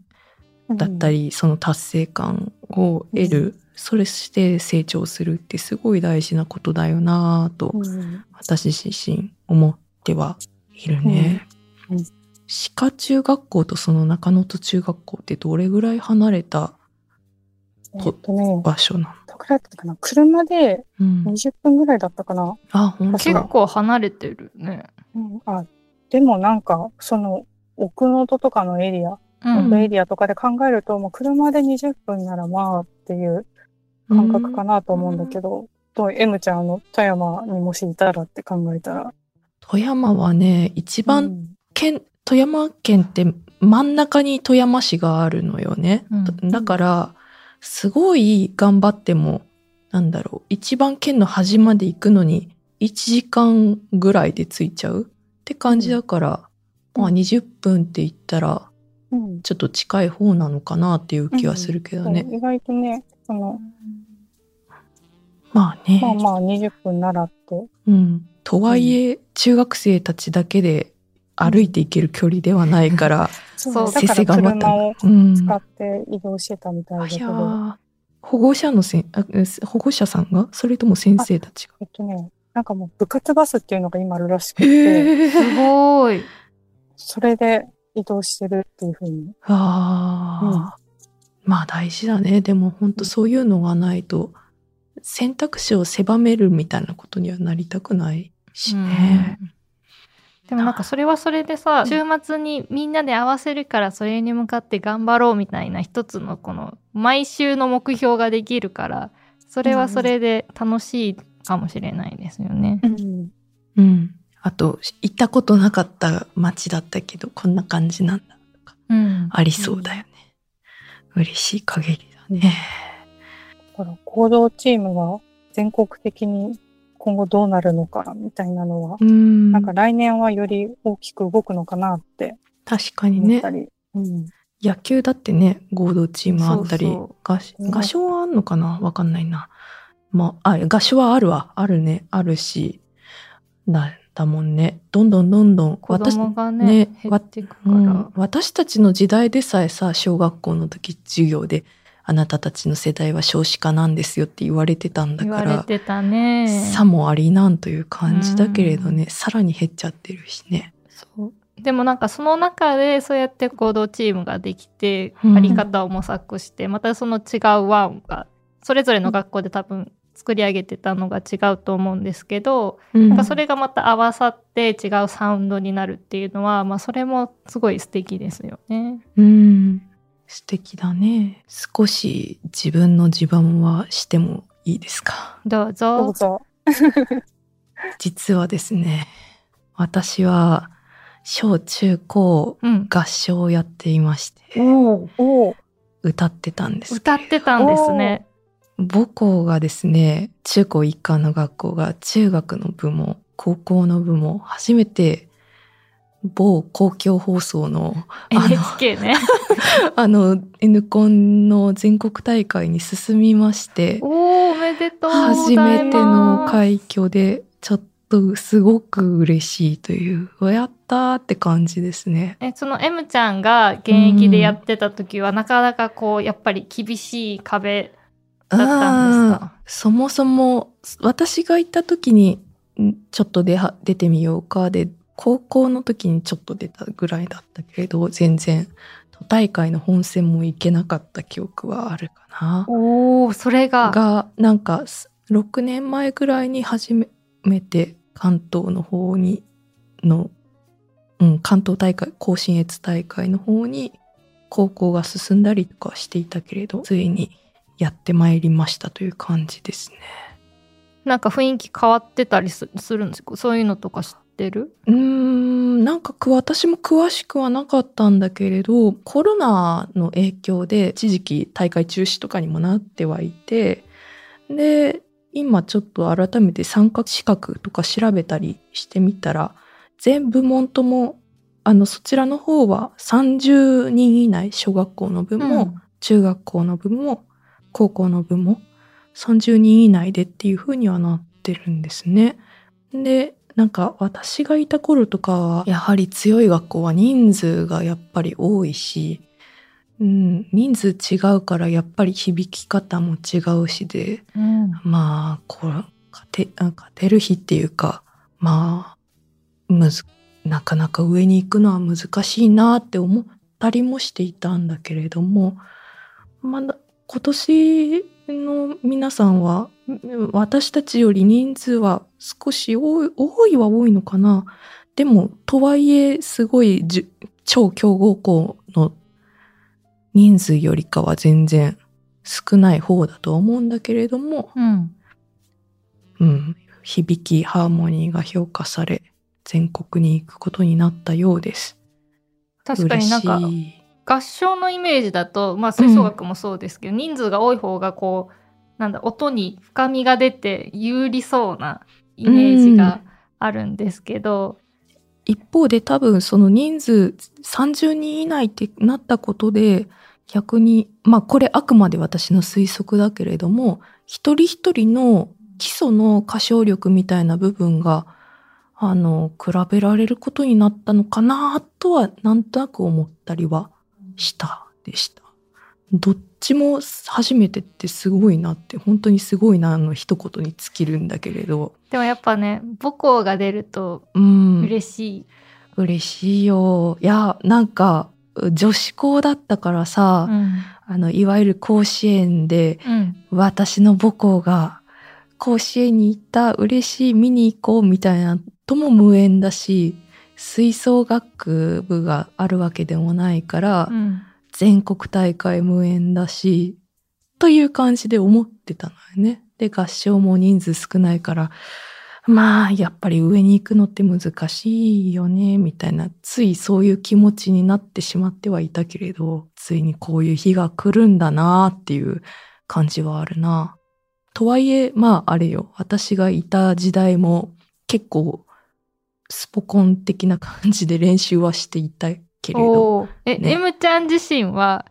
Speaker 2: だった
Speaker 3: り、
Speaker 2: り、その達成感を得る、それして成長するってすごい大事なことだよなぁと
Speaker 3: うん
Speaker 2: 私自身思ってはいるね。
Speaker 3: うんうん
Speaker 2: 鹿中学校とその中野と中学校ってどれぐらい離れた
Speaker 3: えっとね、
Speaker 2: 場所な
Speaker 3: どこだったかな車で
Speaker 2: の、うん、
Speaker 3: 20分ぐらいだったかな、
Speaker 2: あ本当
Speaker 1: 結
Speaker 2: だ。
Speaker 1: 構離れてるね。
Speaker 3: うん、あ、でもなんか、その、奥能登とかのエリア、
Speaker 1: う
Speaker 3: 本当
Speaker 1: ん。
Speaker 3: エリアとかで考えると、もう車で20分ならまあっていう感覚か
Speaker 2: うん
Speaker 3: なと思うんだけど、と、M ちゃん、あの、富山にもしいたらって考えたら。
Speaker 2: 富山はね一
Speaker 3: う
Speaker 2: 番
Speaker 3: ん
Speaker 2: 県、富山県って真ん中に富山市があるのよね。
Speaker 1: うん
Speaker 2: だからすごい頑張ってもなんだろう一番県の端まで行くのに1時間ぐらいで着いちゃうって感じだから、
Speaker 3: うん
Speaker 2: まあ20分って言ったら
Speaker 3: うん。
Speaker 2: ちょっと近い方なのかなっていう気はするけどね、
Speaker 3: そう意外とね、その、
Speaker 2: まあね、
Speaker 3: まあまあ20分ならって。
Speaker 2: うん、とはいえ中学生たちだけで歩いて行ける距離ではないから、
Speaker 1: そう
Speaker 3: だ
Speaker 2: せっ
Speaker 3: か
Speaker 2: せ
Speaker 3: ら
Speaker 2: 頑張った
Speaker 3: 車を
Speaker 2: うん、
Speaker 3: 使って移動してたみたいだ
Speaker 2: い
Speaker 3: け
Speaker 2: や
Speaker 3: ど、
Speaker 2: ー保護者のせんあえ保護者さんがそれとも先生たちが
Speaker 3: えっとね、なんかもう部活バスっていうのが今あるらしくて、
Speaker 2: へ
Speaker 1: す
Speaker 2: ー
Speaker 1: ごい。
Speaker 3: それで移動してるっていうふうに。
Speaker 2: ああ、まあ大事だねでも本当そういうのがないと選択肢を狭めるみたいなことにはなりたくないしね、
Speaker 1: うん でもなんかそれはそれでさ週末にみんなで合わせるからそれに向かって頑張ろうみたいな一つのこの毎週の目標ができるからそれはそれで楽しいかもしれないですよね。
Speaker 3: うん。
Speaker 2: うんあと行ったことなかった街だったけどこんな感じなんだとか
Speaker 1: うん、
Speaker 2: ありそうだよね、嬉しい限りだね、
Speaker 3: だから行動チームが全国的に今後どうなるのかみたいなのは、
Speaker 2: うん
Speaker 3: なんか来年はより大きく動くのかなって
Speaker 2: 確かに
Speaker 3: 思っ
Speaker 2: ね
Speaker 3: たり。うん。
Speaker 2: 野球だってね合同チームあったり
Speaker 1: そう
Speaker 2: 合
Speaker 3: うん
Speaker 2: 合唱はあんのかなわかんないな、まあ、あ合唱はあるわあるねあるしだだもんねどんどんどんどん
Speaker 1: 子供がね
Speaker 2: ね
Speaker 1: 減っていくから、
Speaker 2: うん私たちの時代でさえさ小学校の時授業で「あなたたちの世代は少子化なんですよ」って言われてたんだ
Speaker 1: 言
Speaker 2: か
Speaker 1: われ
Speaker 2: ら
Speaker 1: てたね。
Speaker 2: さもありなんという感じだけれどね、さらに減っちゃってるしね。
Speaker 1: そうでもなんかその中でそうやって行動チームができて
Speaker 2: うん
Speaker 1: あり方を模索して、またその違うワンがそれぞれの学校で多分作り上げてたのが違うと思うんですけど、
Speaker 2: うん
Speaker 1: なんかそれがまた合わさって違うサウンドになるっていうのは、まあ、それもすごい素敵ですよね。
Speaker 2: うん。素敵だね。少し自分の自慢はしてもいいですか
Speaker 1: どうぞ
Speaker 3: どう。ぞ。
Speaker 2: 実はですね、私は小中高
Speaker 1: うん、
Speaker 2: 合唱をやっていまして、
Speaker 3: おう
Speaker 2: 歌ってたんです。
Speaker 1: 歌ってたんですね。
Speaker 2: 母校がですね、中高一貫の学校が中学の部も高校の部も初めて某公共放送のおーあの
Speaker 1: NHK ね。
Speaker 2: あの N コンの全国大会に進みまして、
Speaker 1: おおおめでとうございます。
Speaker 2: 初めての快挙で、ちょっとすごく嬉しいという、やったーって感じですね。
Speaker 1: えその M ちゃんが現役でやってた時は、なかなかこうやっぱり厳しい壁だったんです
Speaker 2: あー
Speaker 1: か
Speaker 2: そもそも、私が行った時に、んちょっと出は出てみようかで、高校の時にちょっと出たぐらいだったけれど、全然、都大会の本戦も行けなかった記憶はあるかな。
Speaker 1: おおそれが
Speaker 2: がなんかす6年前ぐらいに初めて関東の方にの、うん、関東大会甲信越大会の方に高校が進んだりとかしていたけれどついにやってまいりましたという感じですね。
Speaker 1: なんか雰囲気変わってたりすするんですかそういうのとか知ってる
Speaker 2: うーんなんかく私も詳しくはなかったんだけれどコロナの影響で一時期大会中止とかにもなってはいてで今ちょっと改めて参加資格とか調べたりしてみたら全部門ともあのそちらの方は30人以内小学校の分も、中学校の部も高校の部も30人以内でっていう風にはなってるんですね。でなんか私がいた頃とかはやはり強い学校は人数がやっぱり多いし、うん、人数違うからやっぱり響き方も違うしで
Speaker 1: うん、
Speaker 2: まあこれ勝てあ勝てる日っていうかまあむずなかなか上に行くのは難しいなって思ったりもしていたんだけれどもまだ今年の皆さんはうん私たちより人数は少し多い多いは多いのかなでもとはいえすごいじゅ超強豪校の人数よりかは全然少ない方だとは思うんだけれども、
Speaker 1: うん
Speaker 2: うん、響きハーモニーが評価され全国に行くことになったようです。
Speaker 1: 確かになんか
Speaker 2: 嬉しい
Speaker 1: 合唱のイメージだと、まあ、吹奏楽もそうですけど、人数が多い方がこうなんだ音に深みが出て有利そうなイメージがあるんですけど、
Speaker 2: 一方で多分その人数30人以内ってなったことで逆にまあこれあくまで私の推測だけれども一人一人の基礎の歌唱力みたいな部分があの比べられることになったのかなとはなんとなく思ったりはしたでした。どっちも初めてってすごいなって本当にすごいなの一言に尽きるんだけれど。
Speaker 1: でもやっぱね母校が出ると
Speaker 2: うん、
Speaker 1: 嬉しい、
Speaker 2: 嬉しいよ。いや、なんか、女子校だったから
Speaker 1: う
Speaker 2: さ、
Speaker 1: ん
Speaker 2: あの、いわゆる甲子園で、
Speaker 1: うん
Speaker 2: 私の母校が、甲子園に行った、嬉しい、見に行こう、みたいなとも無縁だし、吹奏楽部があるわけでもないから、
Speaker 1: うん
Speaker 2: 全国大会無縁だし、という感じで思ってたのよね。で、合唱も人数少ないから、まあ、やっぱり上に行くのって難しいよね、みたいな、ついそういう気持ちになってしまってはいたけれど、ついにこういう日が来るんだなっていう感じはあるな。とはいえ、まあ、あれよ、私がいた時代も結構、スポコン的な感じで練習はしていたけれど、
Speaker 1: おーえ、
Speaker 2: ね
Speaker 1: M ちゃん自身は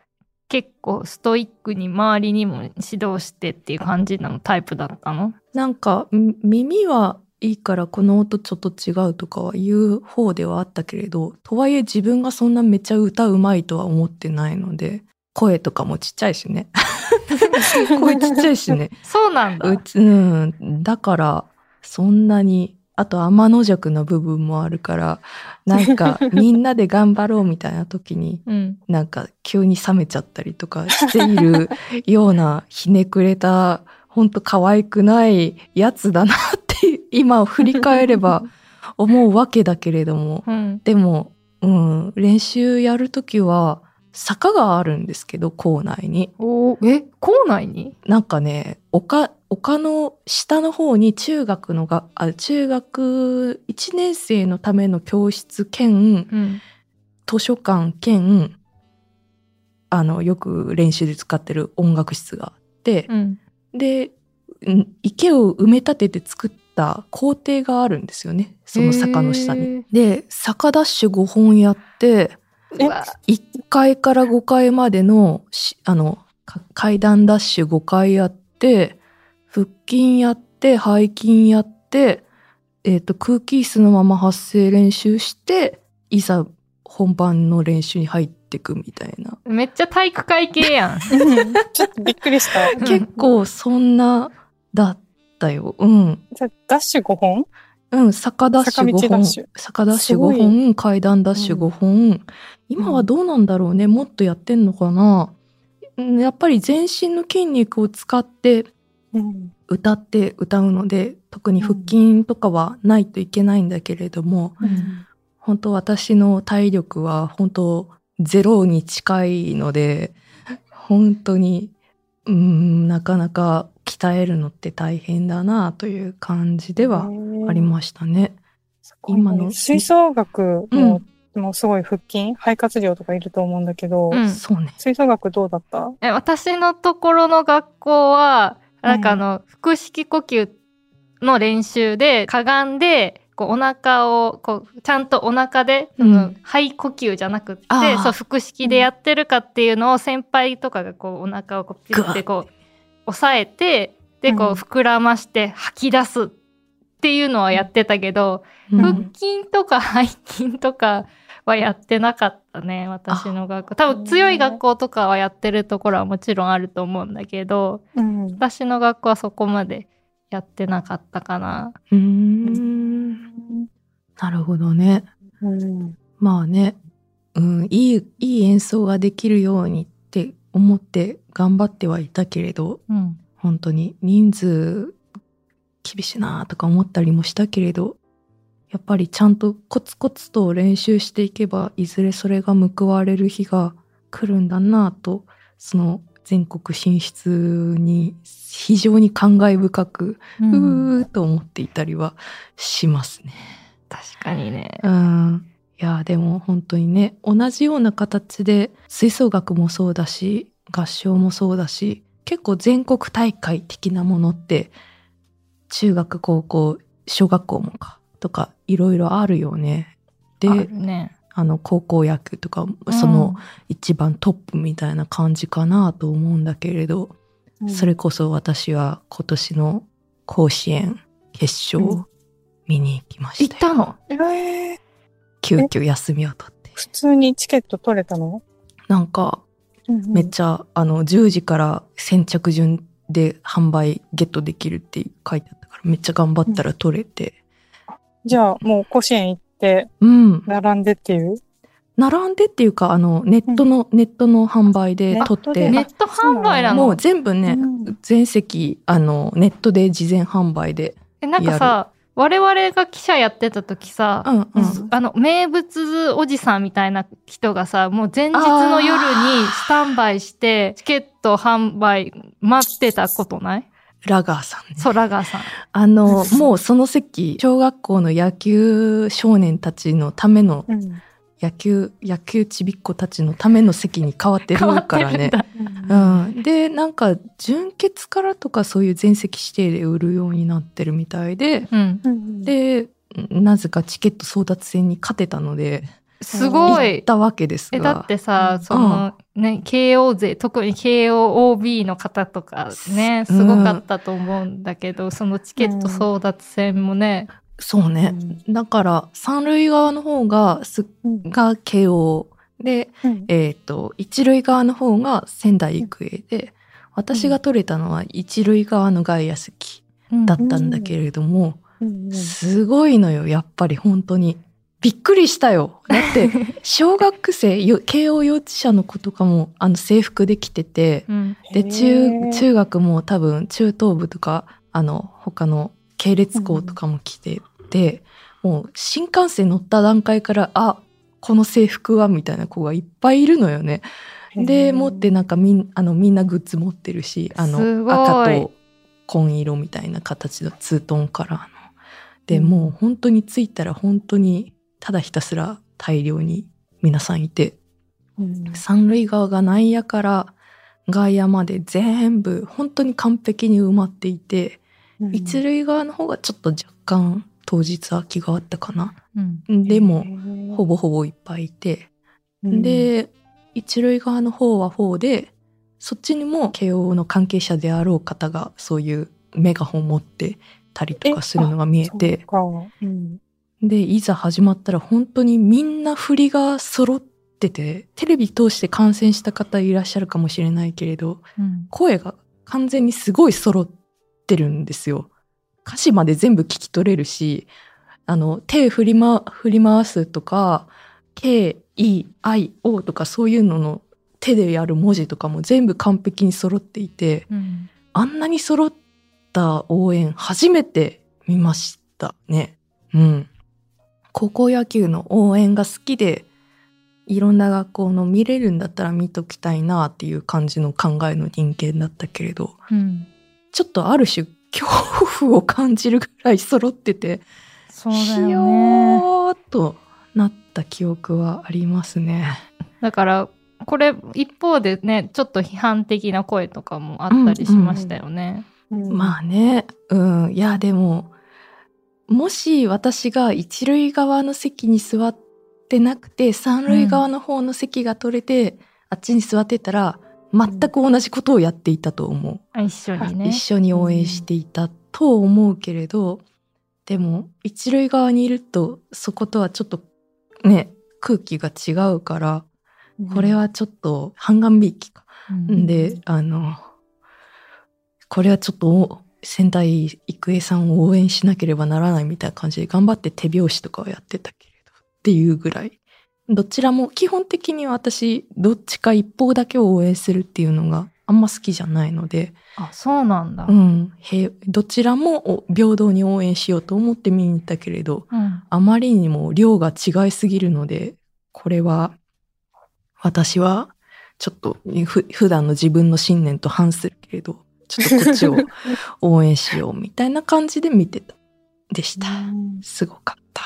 Speaker 1: 結構ストイックに周りにも指導してっていう感じなのタイプだったの
Speaker 2: なんかみ耳はいいからこの音ちょっと違うとかは言う方ではあったけれどとはいえ自分がそんなめちゃ歌うまいとは思ってないので声とかもちっちゃいしね声ちっちゃいしね
Speaker 1: そうなんだ。
Speaker 2: うちうんだからそんなにあと天の弱な部分もあるからなんかみんなで頑張ろうみたいな時に
Speaker 1: うん、
Speaker 2: なんか急に冷めちゃったりとかしているようなひねくれた、ほんと可愛くないやつだなって今を振り返れば思うわけだけれども。
Speaker 1: うん、
Speaker 2: でも、うん、練習やるときは坂があるんですけど、校内に。
Speaker 1: おーえ校内に
Speaker 2: なんかね、丘、丘の下の方に中学のが、あ中学1年生のための教室兼、
Speaker 1: うん、
Speaker 2: 図書館兼あのよく練習で使ってる音楽室があって、
Speaker 1: うん、
Speaker 2: でうん池を埋め立てて作った校庭があるんですよねその坂の下に。で坂ダッシュ5本やって
Speaker 1: へー。うわ
Speaker 2: 1階から5階までのしあのか階段ダッシュ5回やって腹筋やって、背筋やって、えっ、と、空気椅子のまま発声練習して、いざ本番の練習に入ってくみたいな。
Speaker 1: めっちゃ体育会系やん。
Speaker 3: ちょっとびっくりした。
Speaker 1: うん
Speaker 2: 結構そんなだったよ。うん。
Speaker 3: じゃあダッシュ5本
Speaker 2: うん、坂ダッシュ
Speaker 3: 坂道
Speaker 2: 5
Speaker 3: ダッ
Speaker 2: 本
Speaker 3: シュ、
Speaker 2: 坂ダッシュ
Speaker 3: すごい
Speaker 2: 5本、階段ダッシュ5本、今はどうなんだろうね、もっとやってんのかな。うんやっぱり全身の筋肉を使って
Speaker 3: うん。
Speaker 2: 歌って歌うので、特に腹筋とかはないといけないんだけれども、
Speaker 1: うん
Speaker 2: 本当私の体力は本当ゼロに近いので、本当に、うん、なかなか鍛えるのって大変だなという感じではありましたね。
Speaker 3: すごいね
Speaker 2: 今の
Speaker 3: 吹奏楽
Speaker 2: うん
Speaker 3: も、もうすごい腹筋、肺活量とかいると思うんだけど、
Speaker 1: うん
Speaker 2: そうね。
Speaker 3: 吹奏楽どうだった
Speaker 1: え私のところの学校は
Speaker 3: うん
Speaker 1: なんかあの、腹式呼吸の練習でかがんでこうお腹をこうちゃんとお腹で、
Speaker 2: うん
Speaker 1: その肺呼吸じゃなくって
Speaker 2: あー
Speaker 1: そう腹式でやってるかっていうのを先輩とかがこうお腹をこうピュってこう押さえてでこう
Speaker 3: うん
Speaker 1: 膨らまして吐き出すっていうのはやってたけど、
Speaker 3: うん
Speaker 1: 腹筋とか背筋とかはやってなかったね私の学校多分強い学校とかはやってるところはもちろんあると思うんだけど
Speaker 3: うん。
Speaker 1: 私の学校はそこまでやってなかったかな
Speaker 2: うーん。なるほどね。
Speaker 3: うん。
Speaker 2: まあね、うん、いい、いい演奏ができるようにって思って頑張ってはいたけれど、
Speaker 1: うん
Speaker 2: 本当に人数厳しいなとか思ったりもしたけれど、やっぱりちゃんとコツコツと練習していけば、いずれそれが報われる日が来るんだなと、その全国進出に非常に感慨深くうーっと思っていたりはしますね。
Speaker 1: 確かにね
Speaker 2: うん。いや、でも本当にね、同じような形で吹奏楽もそうだし、合唱もそうだし、結構全国大会的なものって、中学、高校、小学校もか、とか、いろいろあるよね。で、
Speaker 1: あ
Speaker 2: あ
Speaker 1: るね
Speaker 2: の、高校野球とか、その、一番トップみたいな感じかなと思うんだけれど、
Speaker 3: うん
Speaker 2: それこそ私は今年の甲子園決
Speaker 3: う
Speaker 2: 勝
Speaker 3: ん
Speaker 2: 見に行きました
Speaker 1: 行
Speaker 2: よ。
Speaker 1: ったの
Speaker 3: えー
Speaker 2: 急遽休みを取って。
Speaker 3: 普通にチケット取れたの
Speaker 2: なんかめっちゃ、あの10時から先着順で販売ゲットできるって書いてあったからめっちゃ頑張ったら取れて。
Speaker 3: じゃあもう甲子園行って、
Speaker 2: うん。
Speaker 3: 並んでっていう。
Speaker 2: 並んでっていうかあのネットの、ネットの販売で取っ
Speaker 3: ネットで
Speaker 2: て。
Speaker 1: ネット販売なの
Speaker 2: もう全部ね、
Speaker 3: うん
Speaker 2: 全席あのネットで事前販売で。
Speaker 1: えなんかさ我々が記者やってた時さ、
Speaker 2: うんうん。
Speaker 3: うん
Speaker 1: あの名物おじさんみたいな人がさもう前日の夜にスタンバイしてチケット販売待ってたことない
Speaker 2: ラガーさんね。
Speaker 1: ソラガーさん。
Speaker 2: あの、もうその席、小学校の野球少年たちのための、
Speaker 3: うん。
Speaker 2: 野球、野球ちびっ子たちのための席に変わってる
Speaker 1: 変わっ
Speaker 2: か
Speaker 1: て
Speaker 2: ら
Speaker 1: るん
Speaker 2: ね。
Speaker 1: だ。
Speaker 2: うん、でなんか純血からとかそういう全席指定で売るようになってるみたいで
Speaker 1: うん。
Speaker 3: うん、
Speaker 2: でなぜかチケット争奪戦に勝てたのです
Speaker 1: ご
Speaker 2: 行っ
Speaker 1: い。
Speaker 2: たわけですが
Speaker 1: え、だってさ、その、ね、慶応勢、特に慶応 OB の方とかね、すごかったと思うんだけど、そのチケット争奪戦もね、
Speaker 2: そうね、だから三塁側の方がす
Speaker 3: うん
Speaker 2: が慶応で、
Speaker 3: うん
Speaker 2: えー、と一塁側の方が仙台育英で、私が取れたのは一塁側の外野席だったんだけれども、
Speaker 3: うんうん
Speaker 2: すごいのよ、やっぱり本当に。びっくりしたよ。だ って、小学生、よ慶応幼稚舎の子とかも、あの、制服で来てて、
Speaker 1: うん。
Speaker 2: で、
Speaker 3: へ
Speaker 2: 中、
Speaker 3: ー
Speaker 2: 中学も多分、中等部とか、あの、他の系列校とかも来てて、もう、新幹線乗った段階から、あ、この制服は、みたいな子がいっぱいいるのよね。
Speaker 3: へ
Speaker 2: で、
Speaker 3: ー
Speaker 2: 持ってなんかみん、あの、みんなグッズ持ってるし、あ
Speaker 1: すごい
Speaker 2: の、赤と紺色みたいな形のツートンカラーの。で、
Speaker 3: うん
Speaker 2: もう本当に着いたら本当に、ただひたすら大量に皆さんいて、
Speaker 3: うん
Speaker 2: 三塁側が内野から外野まで全部本当に完璧に埋まっていて、
Speaker 3: うん
Speaker 2: 一塁側の方がちょっと若干当日空きがあったかな。
Speaker 1: うん。
Speaker 2: でも
Speaker 3: へ、ー
Speaker 2: ほぼほぼいっぱいいて、
Speaker 3: うん
Speaker 2: で一塁側の方は方でそっちにも慶応の関係者であろう方がそういうメガホン持ってたりとかするのが見えて、
Speaker 3: そっかうん、
Speaker 2: で、いざ始まったら本当にみんな振りが揃ってて、テレビ通して観戦した方いらっしゃるかもしれないけれど、
Speaker 1: うん
Speaker 2: 声が完全にすごい揃ってるんですよ。歌詞まで全部聞き取れるし、あの、手振りま、振り回すとか、K, E, I, O とかそういうのの手でやる文字とかも全部完璧に揃っていて、
Speaker 1: うん
Speaker 2: あんなに揃った応援初めて見ましたね。うん。高校野球の応援が好きで、いろんな学校の見れるんだったら見ときたいなっていう感じの考えの人間だったけれど、
Speaker 1: うん
Speaker 2: ちょっとある種恐怖を感じるぐらい揃ってて、
Speaker 1: そうだよ
Speaker 2: ひ
Speaker 1: ね
Speaker 2: よーっとなった記憶はありますね。
Speaker 1: だからこれ一方でねちょっと批判的な声とかもあったりしましたよね。
Speaker 3: うん
Speaker 2: まあね、うん、いやでも、もし私が一塁側の席に座ってなくて、三塁側の方の席が取れて、あっちに座ってたら、全く同じことをやっていたと思
Speaker 1: あ一緒に
Speaker 2: う。
Speaker 1: ね
Speaker 2: 一。緒に応援していたと思うけれど、でも、一塁側にいると、そことはちょっとね、空気が違うから、これはちょっと、半眼びいきか。
Speaker 1: うん
Speaker 2: で、あの、これはちょっとお仙台育英さんを応援しなければならないみたいな感じで頑張って手拍子とかをやってたけれどっていうぐらい。どちらも基本的に私どっちか一方だけを応援するっていうのがあんま好きじゃないので、
Speaker 1: あそうなんだ。
Speaker 2: うん、へどちらもお平等に応援しようと思って見に行ったけれど、
Speaker 1: うん
Speaker 2: あまりにも量が違いすぎるので、これは、私は、ちょっとふ、普段の自分の信念と反するけれど、ちょっとこっち を応援しようみたいな感じで見てた。でした。すごかった。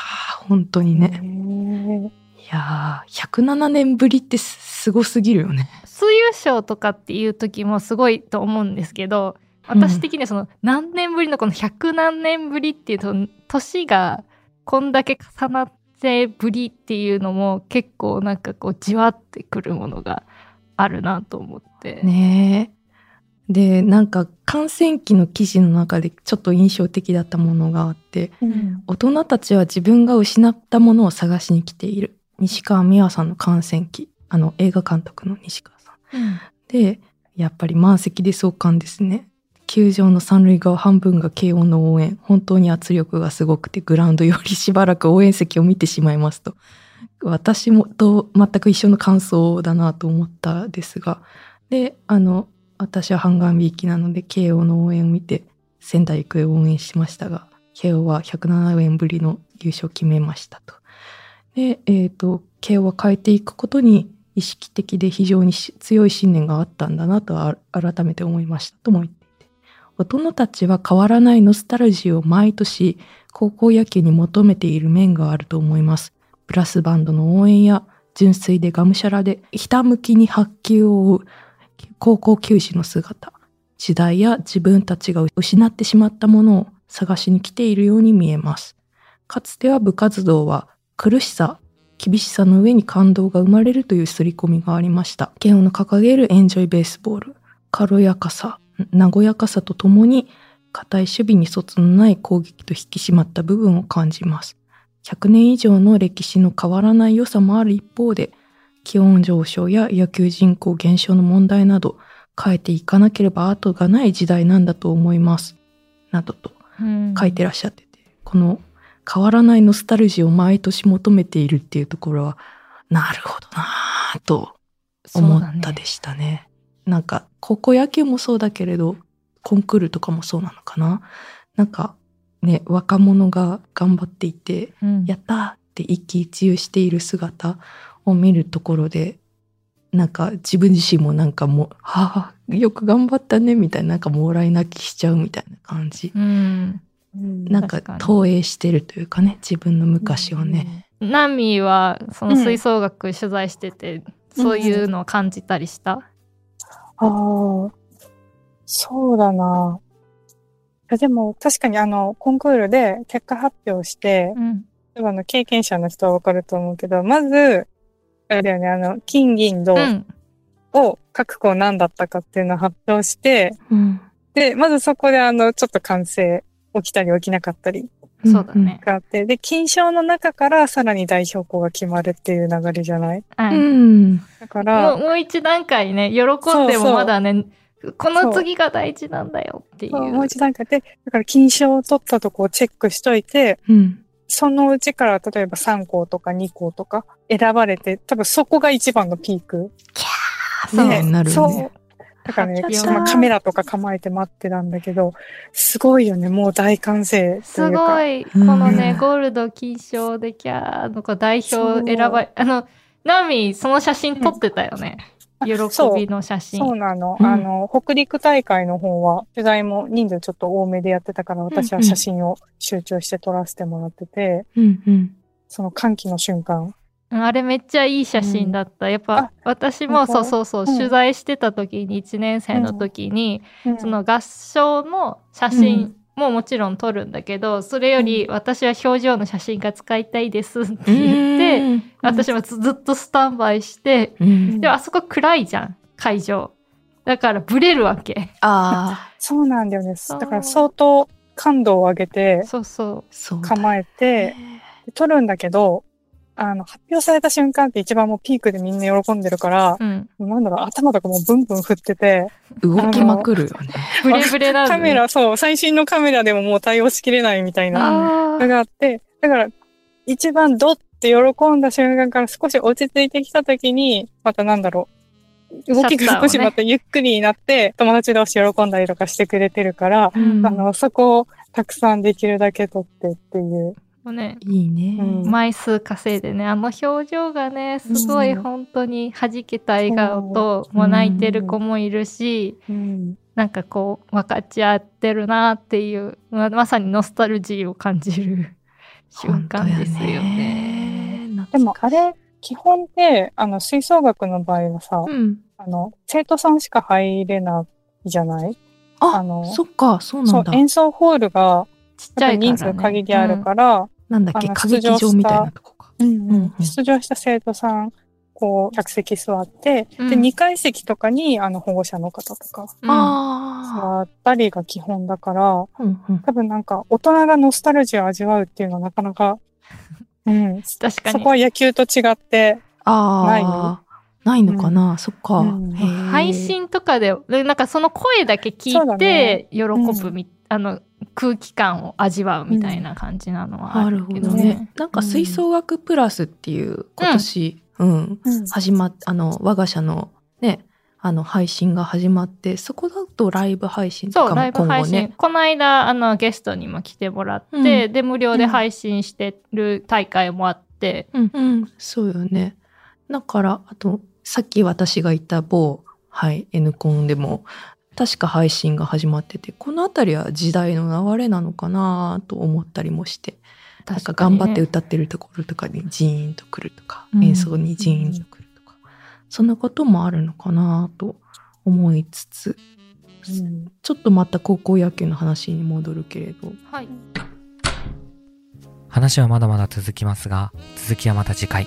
Speaker 2: 本当にね。
Speaker 3: ね
Speaker 2: いやー、107年ぶりってすすごすぎるよね。
Speaker 1: 水優勝とかっていう時もすごいと思うんですけど私的にはその何年ぶりのこの百何年ぶりっていうと年がこんだけ重なってぶりっていうのも結構なんかこうじわってくるものがあるなと思って。
Speaker 2: ねえ。で、なんか、感染期の記事の中でちょっと印象的だったものがあって、
Speaker 3: う
Speaker 1: うんん
Speaker 2: 大人たちは自分が失ったものを探しに来ている西川美和さんの感染記あの映画監督の西川さんでやっぱり満席で壮観ですね球場の三塁側半分が慶応の応援本当に圧力がすごくてグラウンドよりしばらく応援席を見てしまいますと私もと全く一緒の感想だなと思ったですがであの私は半眼びいきなので慶応の応援を見て仙台育英を応援しましたが慶応は107年ぶりの優勝を決めましたと。で、えっと慶応は変えていくことに意識的で非常にし強い信念があったんだなとあ改めて思いましたとも言っていて大人たちは変わらないノスタルジーを毎年高校野球に求めている面があると思いますブラスバンドの応援や純粋でがむしゃらでひたむきに発球を追う高校球児の姿時代や自分たちが失ってしまったものを探しに来ているように見えますかつては部活動は苦しさ厳しさの上に感動が生まれるという刷り込みがありました。慶応の掲げるエンジョイベースボール、軽やかさ、和やかさとともに、硬い守備に卒のない攻撃と引き締まった部分を感じます。100年以上の歴史の変わらない良さもある一方で、気温上昇や野球人口減少の問題など、変えていかなければ後がない時代なんだと思います。などと
Speaker 1: うん
Speaker 2: 書いてらっしゃってて、この変わらないノスタルジーを毎年求めているっていうところはなるほどなぁと思ったでしたねなんか高校野球もそうだけれどコンクールとかもそうなのかななんかね若者が頑張ってい
Speaker 1: そ
Speaker 2: て
Speaker 1: うだねうん
Speaker 2: やったーって一喜一憂している姿を見るところでなんか自分自身もなんかもう「はあよく頑張ったね」みたいななんかもらい泣きしちゃうみたいな感じ
Speaker 1: うん
Speaker 2: な
Speaker 3: な
Speaker 2: んんか
Speaker 1: 確かに
Speaker 2: 投影してるというかね自分の昔をね、
Speaker 1: ナミはその吹奏楽取材してて、
Speaker 3: うん
Speaker 1: そういうのを感じたりした、
Speaker 3: ああ、そうだな。いやでも確かにあの、コンクールで結果発表して、
Speaker 1: うん
Speaker 3: 例えばあの、経験者の人はわかると思うけど、まず、あれだよね、あの、金銀銅
Speaker 1: うん
Speaker 3: を各校何だったかっていうのを発表して、
Speaker 2: うん
Speaker 3: で、まずそこであの、ちょっと完成起きたり起きなかったり
Speaker 1: そうだね。
Speaker 3: があって、で、金賞の中からさらに代表校が決まるっていう流れじゃない
Speaker 1: は
Speaker 2: う
Speaker 1: い
Speaker 2: ん。
Speaker 3: だか
Speaker 1: もう
Speaker 3: ら、
Speaker 1: もう一段階ね喜んで
Speaker 3: そうそ
Speaker 1: も
Speaker 3: う
Speaker 1: まだねこの次が大事なんだよっていう
Speaker 3: そうもう一段階で、だから金賞を取ったとこをチェックしといて、
Speaker 2: うん。
Speaker 3: そのうちから例えば3校とか2校とか選ばれて、多分そこが一番のピーク。
Speaker 1: そう
Speaker 2: ねなる
Speaker 3: そ
Speaker 2: よ
Speaker 3: う
Speaker 2: ね。。
Speaker 3: だからね、
Speaker 1: 発
Speaker 2: 表
Speaker 3: まあカメラとか構えて待ってたんだけど、すごいよね、もう大歓声って
Speaker 1: す
Speaker 3: いうか。
Speaker 1: ごいこのね、
Speaker 2: うん
Speaker 1: ゴールド金賞でキャーのこう代
Speaker 3: そう
Speaker 1: 表選ばれあのナミその写真撮ってたよね、喜
Speaker 3: そう
Speaker 1: びの写真
Speaker 3: そうなの。
Speaker 2: うん
Speaker 3: あの、北陸大会の方は、取材も人数ちょっと多めでやってたから、私は写真を集中して撮らせてもらってて、
Speaker 2: うんうん。
Speaker 3: その歓喜の瞬間。
Speaker 1: うんあれめっちゃいい写真だった、やっ
Speaker 3: あ
Speaker 1: ぱ私もそ
Speaker 3: 本
Speaker 1: う
Speaker 3: 当
Speaker 1: そうそう、
Speaker 3: うん
Speaker 1: 取材してた時に1年生の時に、
Speaker 3: うん
Speaker 1: その合唱の写
Speaker 2: う
Speaker 1: 真
Speaker 2: ん
Speaker 1: ももちろん撮るんだけど、それより私は表情の写真が使いたいですって言って、私もずずっとスタンバイして、
Speaker 2: うん。
Speaker 1: でもあそこ暗いじゃん会場だからブレるわけ
Speaker 2: ああ、
Speaker 3: そうなんだよね。
Speaker 1: そう
Speaker 3: だから相当感度を上げて、
Speaker 1: そうそ
Speaker 2: そうだ。
Speaker 3: 構えて、撮るんだけど、あの、発表された瞬間って一番もうピークでみんな喜んでるから、
Speaker 1: ううん
Speaker 3: なんだろう、頭とかもうブンブン振ってて、
Speaker 2: 動きまくるよね。
Speaker 1: ブレブレなんで
Speaker 3: カメラ、そう、最新のカメラでももう対応しきれないみたいな。
Speaker 1: あ
Speaker 3: の
Speaker 1: ー
Speaker 3: があって、だから、一番ドって喜んだ瞬間から少し落ち着いてきたときに、またなんだろう、動き
Speaker 1: シャッター
Speaker 3: が
Speaker 1: をね
Speaker 3: 少しまたゆっくりになって、友達同士喜んだりとかしてくれてるから、
Speaker 1: うん
Speaker 3: あの、そこをたくさんできるだけ撮ってっていう。
Speaker 1: もうね
Speaker 2: いいね。
Speaker 3: うん
Speaker 1: 枚数稼いでねあの表情がねすごい
Speaker 3: うん
Speaker 1: 本当に弾けた笑顔と、もう泣いてる子もいるし、なんかこう分かち合ってるなっていうままさにノスタルジーを感じる瞬間ですよね。
Speaker 2: 本当
Speaker 3: で
Speaker 2: やね。
Speaker 3: もあれ、基本って、あの、吹奏楽の場合はさ、
Speaker 2: うん。
Speaker 3: あの、生徒さんしか入れないじゃないあ
Speaker 2: あ、
Speaker 3: の
Speaker 2: そっか、そうな
Speaker 3: そ
Speaker 2: ん
Speaker 3: う
Speaker 2: だ、。
Speaker 3: 演奏ホールが、
Speaker 1: ちっち
Speaker 3: やっ
Speaker 1: ゃ
Speaker 3: ぱ
Speaker 1: いから、ね、
Speaker 3: り人数限りあるから、
Speaker 2: なんだっけ、
Speaker 3: あの
Speaker 2: 歌劇場みたいなとこか。
Speaker 3: うん
Speaker 2: うんうん
Speaker 3: 出場した生徒さん、こう、客席座って、
Speaker 1: うん
Speaker 3: で、2階席とかに、あの、保護者の方とか、
Speaker 1: うん
Speaker 2: ああ。
Speaker 3: 座ったりが基本だから、
Speaker 2: うんうん
Speaker 3: 多分なんか、大人がノスタルジーを味わうっていうのはなかなか、うん、そ
Speaker 1: 確かに
Speaker 3: こは野球と違って、ない
Speaker 2: あ
Speaker 3: の
Speaker 2: あ。ないのかな、そっか。
Speaker 3: うん
Speaker 2: へえ
Speaker 1: 配信とかででなんかその声だけ聞
Speaker 3: そうだ
Speaker 1: い
Speaker 3: ね
Speaker 1: て喜ぶみ、あの空気感を味わうみたいな感じなのはあ
Speaker 2: なる
Speaker 1: る
Speaker 2: ほ
Speaker 1: け
Speaker 2: ど
Speaker 1: ど
Speaker 2: ね
Speaker 1: ね。。
Speaker 2: なんか吹奏楽プラスっていう今年、うん、始まっあの我が社のねあの配信が始まってそこだとライブ配信と
Speaker 1: そ
Speaker 2: か
Speaker 1: うライ
Speaker 2: も
Speaker 1: ブ
Speaker 2: 今
Speaker 1: 配
Speaker 2: 後
Speaker 1: 信、
Speaker 2: ね
Speaker 1: この間あのゲストにも来てもらって、
Speaker 2: う
Speaker 1: で無料で配信してる大会もあって、
Speaker 2: うん、うん、そうよねだからあとさっき私がいた某、はい、N コンでも確か配信が始まっててこの辺りは時代の流れなのかなと思ったりもしてなんか
Speaker 1: 確に
Speaker 2: 頑
Speaker 1: ね
Speaker 2: 張って歌ってるところとかにジーンとくるとか、
Speaker 1: うん
Speaker 2: 演奏にジーンとくるとか、そんなこともあるのかなと思いつつ
Speaker 3: うん
Speaker 2: ちょっとまた高校野球の話に戻るけれど
Speaker 1: はい、
Speaker 4: 話はまだまだ続きますが、続きはまた次回。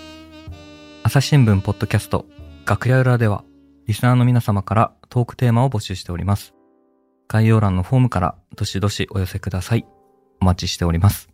Speaker 4: 朝日新聞ポッドキャスト、楽屋裏では、リスナーの皆様からトークテーマを募集しております。概要欄のフォームから、どしどしお寄せください。お待ちしております。